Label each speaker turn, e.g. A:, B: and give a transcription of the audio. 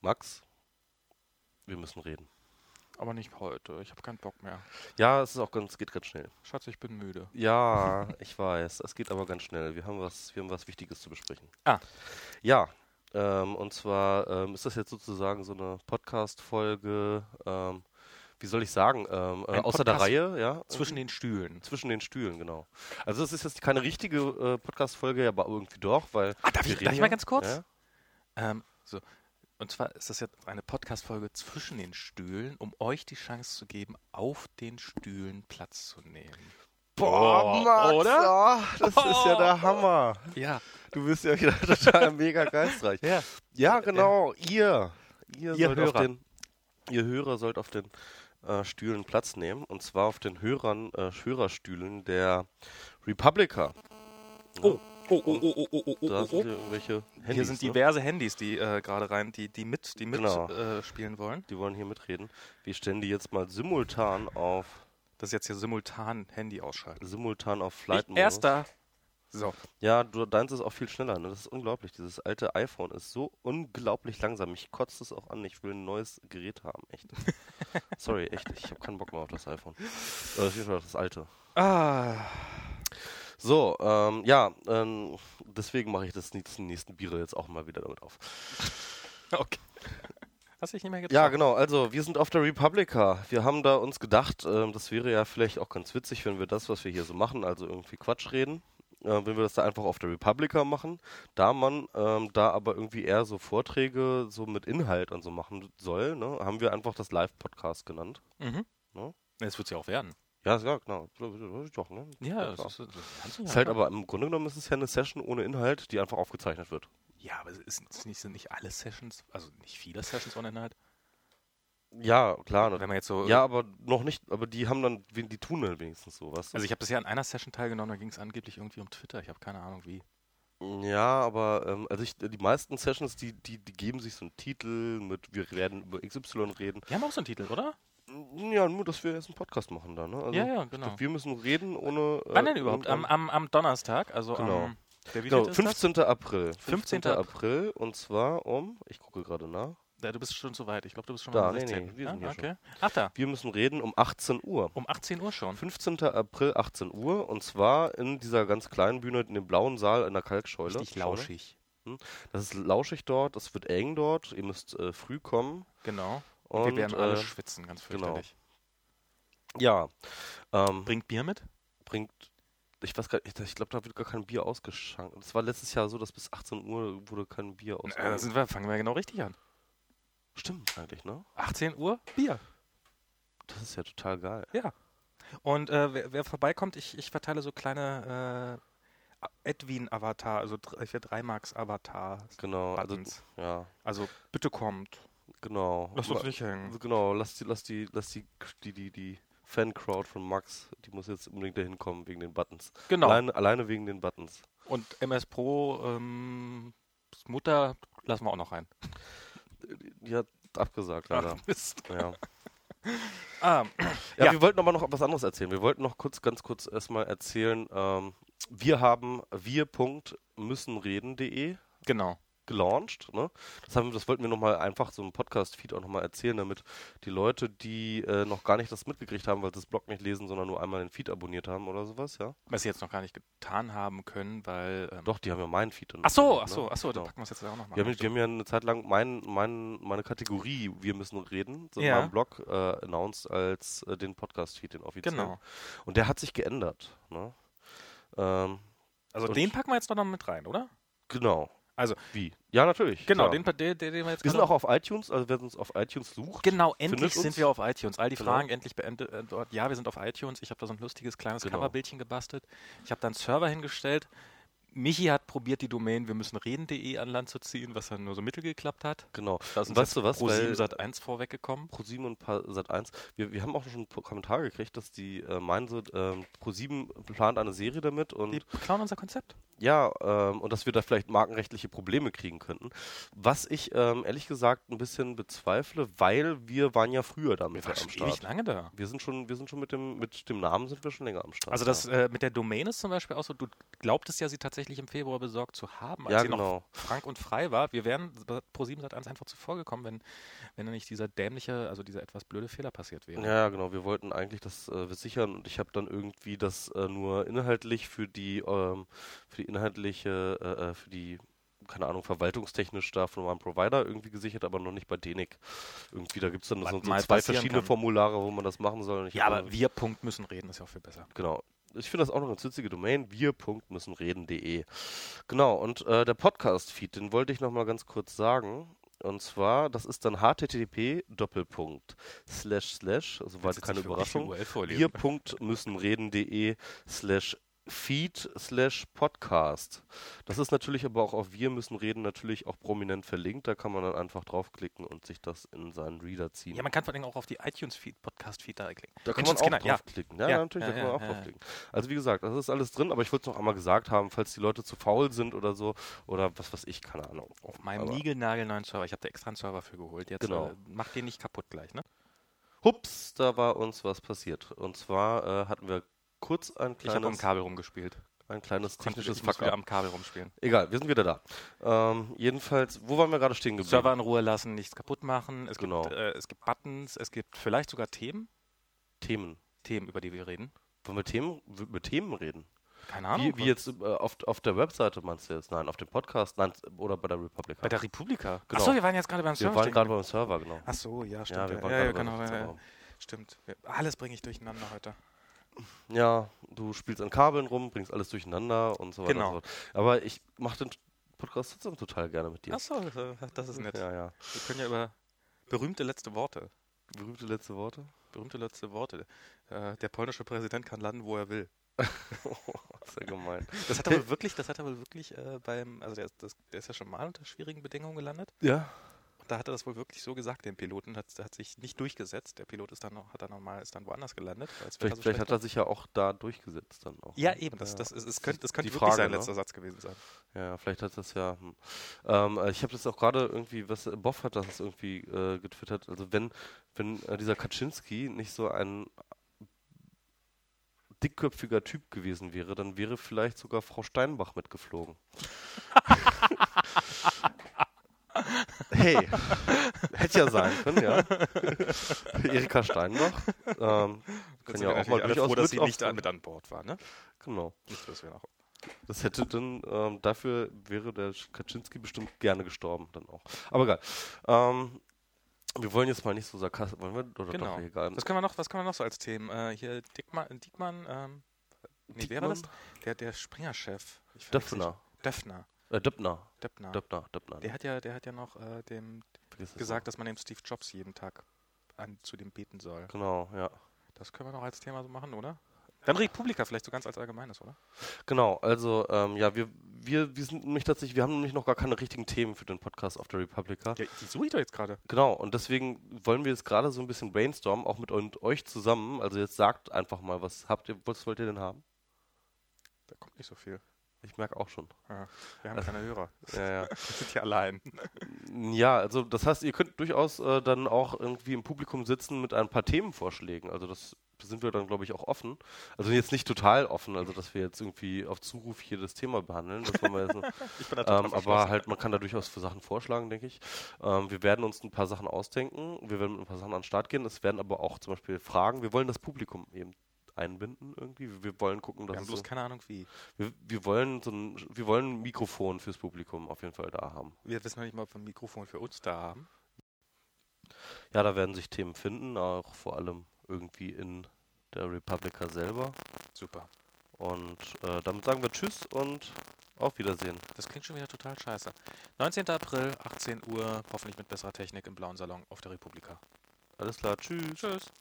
A: Max, wir müssen reden.
B: Aber nicht heute. Ich habe keinen Bock mehr.
A: Ja, es ist auch ganz, geht ganz schnell.
B: Schatz, ich bin müde.
A: Ja, ich weiß. Es geht aber ganz schnell. Wir haben was, wir haben was Wichtiges zu besprechen.
B: Ah.
A: Ja. Ähm, und zwar ähm, ist das jetzt sozusagen so eine Podcast-Folge, ähm, wie soll ich sagen, ähm, äh,
B: Ein
A: außer der
B: Podcast
A: Reihe, ja?
B: Zwischen den Stühlen.
A: Zwischen den Stühlen, genau. Also es ist jetzt keine richtige äh, Podcast-Folge, aber irgendwie doch, weil.
B: Ah, darf
A: wir
B: ich,
A: reden
B: darf ich
A: ja-
B: mal ganz kurz?
A: Ja?
B: Ähm, so. Und zwar ist das jetzt eine Podcast-Folge zwischen den Stühlen, um euch die Chance zu geben, auf den Stühlen Platz zu nehmen.
A: Boah, Max,
B: oder?
A: ah, das ist ja der Hammer.
B: Ja.
A: Du bist ja wieder total mega geistreich.
B: Ja.
A: Ja, genau, ihr. Ihr,
B: Äh, Ihr
A: sollt Auf
B: Hörer.
A: den, ihr Hörer sollt auf den äh, Stühlen Platz nehmen. Und zwar auf den Hörern, äh, Hörerstühlen der Republica.
B: Oh, oh, oh, oh, oh, oh, oh, oh,
A: Da
B: oh,
A: sind
B: oh.
A: ja irgendwelche Handys.
B: Hier sind
A: ne?
B: diverse Handys, die äh, gerade rein, die, die mit, die mit
A: Genau.
B: äh, spielen wollen.
A: Die wollen hier mitreden. Wir stellen die jetzt mal simultan auf
B: Das ist jetzt hier simultan Handy ausschalten.
A: simultan auf Flight
B: Ich,
A: Mode.
B: erster. So.
A: Ja, du, deins ist auch viel schneller. Ne? Das ist unglaublich. Dieses alte iPhone ist so unglaublich langsam. Mich kotzt es auch an. Ich will ein neues Gerät haben. Echt. Sorry, echt. Ich habe keinen Bock mehr auf das iPhone. Äh, auf jeden Fall auf das alte.
B: Ah.
A: So, ähm, ja, ähm, deswegen mache ich das nächsten, nächsten Biere jetzt auch mal wieder damit auf.
B: Okay. Hast dich nicht mehr getroffen?
A: Ja, genau. Also, wir sind auf der Republica. Wir haben da uns gedacht, ähm, das wäre ja vielleicht auch ganz witzig, wenn wir das, was wir hier so machen, also irgendwie Quatsch reden, äh, wenn wir das da einfach auf der Republica machen, da man ähm, da aber irgendwie eher so Vorträge so mit Inhalt und so machen soll, ne, haben wir einfach das Live-Podcast genannt.
B: Mhm.
A: Ne?
B: Es wird ja auch werden.
A: Ja, ja, genau. Doch, ne?
B: Ja,
A: klar.
B: das ist, das
A: ist halt aber im Grunde genommen ist es ja eine Session ohne Inhalt, die einfach aufgezeichnet wird.
B: Ja, aber es ist- sind nicht, sind nicht alle Sessions, also nicht viele Sessions ohne Inhalt.
A: Ja, klar.
B: Wenn man jetzt so.
A: Ja, aber noch nicht, aber die haben dann, wen- die tun dann wenigstens sowas.
B: Also ich habe bisher an einer Session teilgenommen, da ging es angeblich irgendwie um Twitter. Ich habe keine Ahnung wie.
A: Ja, aber ähm, also ich, die meisten Sessions, die, die, die geben sich so einen Titel mit, wir werden über XY reden.
B: Die haben auch so einen Titel, oder?
A: Ja, nur, dass wir jetzt einen Podcast machen da, ne? Also,
B: ja, ja,
A: ich
B: genau.
A: glaub, Wir müssen reden ohne. äh,
B: Wann denn überhaupt? Am,
A: irgendein-
B: am, am Donnerstag, also
A: Genau.
B: am der wie
A: genau,
B: ist
A: 15. April.
B: 15.
A: April und zwar um, ich gucke gerade nach,
B: das? Ja, du bist schon zu weit. Ich glaube, du bist schon
A: Da,
B: am
A: nee,
B: 16.
A: nee, wir sind hier
B: ah, okay. Ach da,
A: wir müssen reden um 18 Uhr.
B: um 18 Uhr schon.
A: 15. April, 18 Uhr und zwar in dieser ganz kleinen Bühne, in dem blauen Saal in der Kalkscheune.
B: Richtig lauschig.
A: Das ist lauschig dort, es wird eng dort, ihr müsst äh, früh kommen.
B: Genau.
A: Und,
B: wir werden alle
A: äh,
B: schwitzen, ganz
A: genau.
B: fürchterlich.
A: ja, ähm,
B: Bringt Bier mit?
A: bringt, ich weiß gar nicht, ich glaube, da wird gar kein Bier ausgeschankt. Es war letztes Jahr so, dass bis 18 Uhr wurde kein Bier
B: Na, da
A: ausgeschankt.
B: sind wir, fangen wir genau richtig an.
A: Stimmt eigentlich, ne?
B: 18 Uhr Bier.
A: Das ist ja total geil.
B: Und äh, wer, wer vorbeikommt, ich, ich verteile so kleine äh, Edwin-Avatar, also dr- ich werde 3 Marks Avatar.
A: Genau, also,
B: Buttons.
A: ja,
B: Also bitte kommt. Also,
A: genau. Ma-
B: nicht hängen.
A: Genau, lass die, lass die, lass die, die, die, die Fan-Crowd von Max, die muss jetzt unbedingt dahin kommen wegen den Buttons.
B: Genau.
A: Alleine, alleine wegen den Buttons.
B: Und MS Pro, ähm, das Mutter, lassen wir auch noch rein.
A: Die hat abgesagt, leider.
B: Ach, Mist.
A: Ja.
B: Ah,
A: Ja,
B: Ja.
A: wir wollten aber noch was anderes erzählen. Wir wollten noch kurz, ganz kurz erstmal erzählen, ähm, wir haben wir.müssenreden.de
B: genau.
A: E gelauncht. Ne? Das, haben, das wollten wir nochmal einfach so im Podcast-Feed auch nochmal erzählen, damit die Leute, die äh, noch gar nicht das mitgekriegt haben, weil sie das Blog nicht lesen, sondern nur einmal den Feed abonniert haben oder sowas, ja?
B: Was sie jetzt noch gar nicht getan haben können, weil. Ähm,
A: Doch, die haben ja meinen Feed. dann
B: Ach so, ach
A: abonniert,
B: so,
A: ne?
B: ach so, dann
A: Genau.
B: packen wir es jetzt auch noch mal.
A: Wir haben,
B: an.
A: wir haben ja eine Zeit lang mein, mein, meine Kategorie Wir müssen reden, so in
B: Ja.
A: meinem Blog, äh, announced als äh, den Podcast-Feed, den offiziellen.
B: genau.
A: Und der hat sich geändert. Ne? Ähm,
B: Also
A: Und-
B: den packen wir jetzt doch noch mit rein, oder?
A: genau.
B: Also-
A: wie? Ja, natürlich.
B: Genau,
A: klar.
B: den, pa- der, der, den wir jetzt
A: wir sind
B: gerade-
A: auch auf iTunes, also wer uns auf iTunes sucht.
B: Genau,
A: Findet
B: endlich
A: uns.
B: sind wir auf iTunes. All die
A: Genau.
B: Fragen endlich beantwortet. Ja, wir sind auf iTunes. Ich habe da so ein lustiges kleines
A: Genau.
B: Coverbildchen gebastelt. Ich habe da einen Server hingestellt. Michi hat probiert, die Domain wir müssen reden.de an Land zu ziehen, was dann nur so mittel geklappt hat.
A: Genau.
B: Da
A: Und
B: ist uns
A: weißt
B: jetzt
A: du was?
B: Pro7
A: Weil
B: Sat 1 vorweggekommen.
A: Pro7 und Sat1. Wir, wir haben auch schon po- Kommentare gekriegt, dass die äh, meinen so, ähm, Pro7 plant eine Serie damit und
B: Die klauen unser Konzept.
A: ja, ähm, und dass wir da vielleicht markenrechtliche Probleme kriegen könnten. Was ich ähm, ehrlich gesagt ein bisschen bezweifle, weil wir waren ja früher damit am
B: ewig
A: Start.
B: lange da.
A: Wir sind schon, wir sind schon mit dem, mit dem Namen sind wir schon länger am Start.
B: Also
A: ja.
B: das äh, mit der Domain ist zum Beispiel auch so, du glaubtest ja, sie tatsächlich im Februar besorgt zu haben,
A: Ja,
B: sie
A: genau.
B: noch frank und frei war. Wir wären Pro7 seit 1 einfach zuvorgekommen, wenn, wenn nicht dieser dämliche, also dieser etwas blöde Fehler passiert wäre.
A: Ja, genau. Wir wollten eigentlich das äh, wir sichern und ich habe dann irgendwie das äh, nur inhaltlich für die ähm, für die inhaltliche äh, äh, für die keine Ahnung verwaltungstechnisch da von meinem Provider irgendwie gesichert, aber noch nicht bei Denik. Irgendwie da gibt es dann
B: Was
A: so, so
B: mal
A: zwei
B: passieren
A: verschiedene
B: kann.
A: Formulare, wo man das machen soll. Und ich
B: Ja,
A: hab
B: aber
A: dann-
B: wir Punkt müssen reden, ist ja auch viel besser.
A: genau. Ich finde das auch noch eine witzige Domain, wir.müssenreden.de. Genau, und äh, der Podcast-Feed, den wollte ich nochmal ganz kurz sagen. Und zwar, das ist dann http Doppelpunkt slash slash, also war
B: Willst du jetzt
A: keine
B: nicht wirklich
A: Überraschung,
B: die URL vorlesen?
A: wir.müssenreden.de slash feed slash podcast. Das ist natürlich aber auch auf Wir müssen reden natürlich auch prominent verlinkt. Da kann man dann einfach draufklicken und sich das in seinen Reader ziehen.
B: Ja, man kann vor allem auch auf die iTunes-Feed, Podcast-Feed da klicken.
A: Da kann
B: Mensch, genau,
A: man auch
B: das Kinder, ja.
A: draufklicken. Ja,
B: Ja,
A: ja, natürlich,
B: ja,
A: da kann man
B: ja,
A: auch
B: ja, ja.
A: draufklicken. Also wie gesagt, das ist alles drin, aber ich wollte es noch einmal gesagt haben, falls die Leute zu faul sind oder so oder was weiß ich, keine Ahnung.
B: Auf meinem
A: Aber-
B: niegelnagelneuen Server. Ich habe da extra einen Server für geholt. Jetzt
A: Genau.
B: äh, mach den nicht kaputt gleich, ne?
A: Hups, da war uns was passiert. Und zwar äh, hatten wir kurz ein
B: Ich habe am
A: kleines,
B: Kabel rumgespielt.
A: ein kleines
B: Konnte-
A: technisches
B: ich muss wieder
A: Fuck-up.
B: am Kabel rumspielen.
A: Egal, wir sind wieder da. Ähm, jedenfalls, wo waren wir gerade stehen geblieben?
B: Server in Ruhe lassen, nichts kaputt machen. Es,
A: Genau.
B: gibt, äh, es gibt Buttons, es gibt vielleicht sogar Themen,
A: Themen.
B: Themen, über die wir reden.
A: Wollen wir Themen, w- über Themen reden?
B: Keine Ahnung.
A: Wie, wie jetzt äh, auf, auf der Webseite meinst du jetzt? Nein, auf dem Podcast? Nein, oder bei der Republika?
B: bei der Republika.
A: Genau.
B: Achso, wir waren jetzt gerade beim
A: wir
B: Server.
A: waren gerade beim Server, genau.
B: Achso, ja, stimmt.
A: wir
B: Ja,
A: waren
B: ja, ja,
A: gerade
B: genau,
A: beim
B: ja, ja.
A: Server.
B: Stimmt. Ja, Alles bringe ich durcheinander heute.
A: Ja, du spielst an Kabeln rum, bringst alles durcheinander und so weiter
B: Genau.
A: und so fort. Aber ich mache den Podcast trotzdem total gerne mit dir.
B: Achso, äh, das ist nett.
A: Ja, ja.
B: Wir können ja über berühmte letzte Worte.
A: Berühmte letzte Worte?
B: Berühmte letzte Worte. Äh, der polnische Präsident kann landen, wo er will.
A: Sehr gemein.
B: Das hat er wohl wirklich, das hat er wohl wirklich äh, beim, also der, ist- das, der ist ja schon mal unter schwierigen Bedingungen gelandet.
A: Ja.
B: Und da hat er das wohl wirklich so gesagt, dem Piloten. Hat, hat sich nicht durchgesetzt. Der Pilot ist dann noch, hat dann noch mal, ist dann woanders gelandet. weil es Wetter
A: Vielleicht,
B: so
A: vielleicht
B: schlecht
A: hat er sich ja auch da durchgesetzt dann auch.
B: war. ja,
A: ne?
B: eben, das,
A: Ja.
B: das ist, es könnte, das könnte
A: die
B: wirklich
A: Frage,
B: sein
A: ne?
B: letzter Satz gewesen sein.
A: Ja, vielleicht hat das ja. hm. Ähm, äh, ich habe das auch gerade irgendwie, was äh, Boff hat das irgendwie äh, getwittert. Also wenn, wenn äh, dieser Kaczynski nicht so ein dickköpfiger Typ gewesen wäre, dann wäre vielleicht sogar Frau Steinbach mitgeflogen. hey, hätte ja sein können, ja. Erika Steinbach. Ähm,
B: Jetzt
A: können
B: sind
A: ja
B: wir
A: auch mal
B: natürlich alle
A: durchaus
B: froh, dass sie
A: auf-
B: nicht an, mit an Bord war, ne?
A: Genau.
B: Nicht, dass wir noch.
A: Das hätte dann, ähm, dafür wäre der Sch- Kaczynski bestimmt gerne gestorben dann auch. Aber egal. Ähm, wir wollen jetzt mal nicht so sarkastisch, wollen wir? Oder
B: Genau.
A: doch, egal.
B: Was können wir noch, was können wir noch so als Themen? Äh, hier Dickmann, Diekmann, ähm, nee, wer war das?
A: Diekmann?
B: Der, der Springer-Chef. Ich verwechsel-
A: Döpfner.
B: Döpfner.
A: Äh, Döpner.
B: Döpfner.
A: Döpner. Döpner.
B: Ah. Der hat ja, der hat ja noch äh, dem
A: Vergiss das
B: gesagt, dass man dem Steve Jobs jeden Tag an, zu dem beten soll.
A: mal. Genau, ja.
B: Das können wir noch als Thema so machen, oder? Dann Republika vielleicht so ganz als allgemeines, oder?
A: Genau, also, ähm, ja, wir, wir, wir sind nämlich tatsächlich, wir haben nämlich noch gar keine richtigen Themen für den Podcast auf der Republika.
B: Ja, die suche ich doch jetzt gerade.
A: Genau, und deswegen wollen wir jetzt gerade so ein bisschen brainstormen, auch mit und euch zusammen. Also jetzt sagt einfach mal, was habt ihr, was wollt ihr denn haben?
B: Da kommt nicht so viel.
A: Ich merke auch schon.
B: Ja, wir haben keine Hörer.
A: Ja, ja.
B: Wir sind hier allein.
A: Ja, also das heißt, ihr könnt durchaus äh, dann auch irgendwie im Publikum sitzen mit ein paar Themenvorschlägen. Also das sind wir dann, glaube ich, auch offen. Also jetzt nicht total offen, also dass wir jetzt irgendwie auf Zuruf hier das Thema behandeln. Das wollen wir jetzt, nicht.
B: Ich bin da total
A: ähm, aber
B: verschlossen.
A: halt, man kann da durchaus für Sachen vorschlagen, denke ich. Ähm, wir werden uns ein paar Sachen ausdenken. Wir werden mit ein paar Sachen an den Start gehen. Es werden aber auch zum Beispiel Fragen. Wir wollen das Publikum eben einbinden irgendwie. Wir, wir wollen gucken, dass
B: wir haben
A: es
B: bloß
A: so,
B: keine Ahnung wie.
A: wir, wir wollen so ein, wir wollen ein Mikrofon fürs Publikum auf jeden Fall da haben.
B: Wir wissen noch nicht mal, ob wir ein Mikrofon für uns da haben.
A: Ja, da werden sich Themen finden, auch vor allem irgendwie in der Republika selber.
B: Super.
A: Und äh, damit sagen wir Tschüss und auf Wiedersehen.
B: Das klingt schon wieder total scheiße. 19. April, 18 Uhr, hoffentlich mit besserer Technik im blauen Salon auf der Republika.
A: Alles klar, tschüss.
B: Tschüss.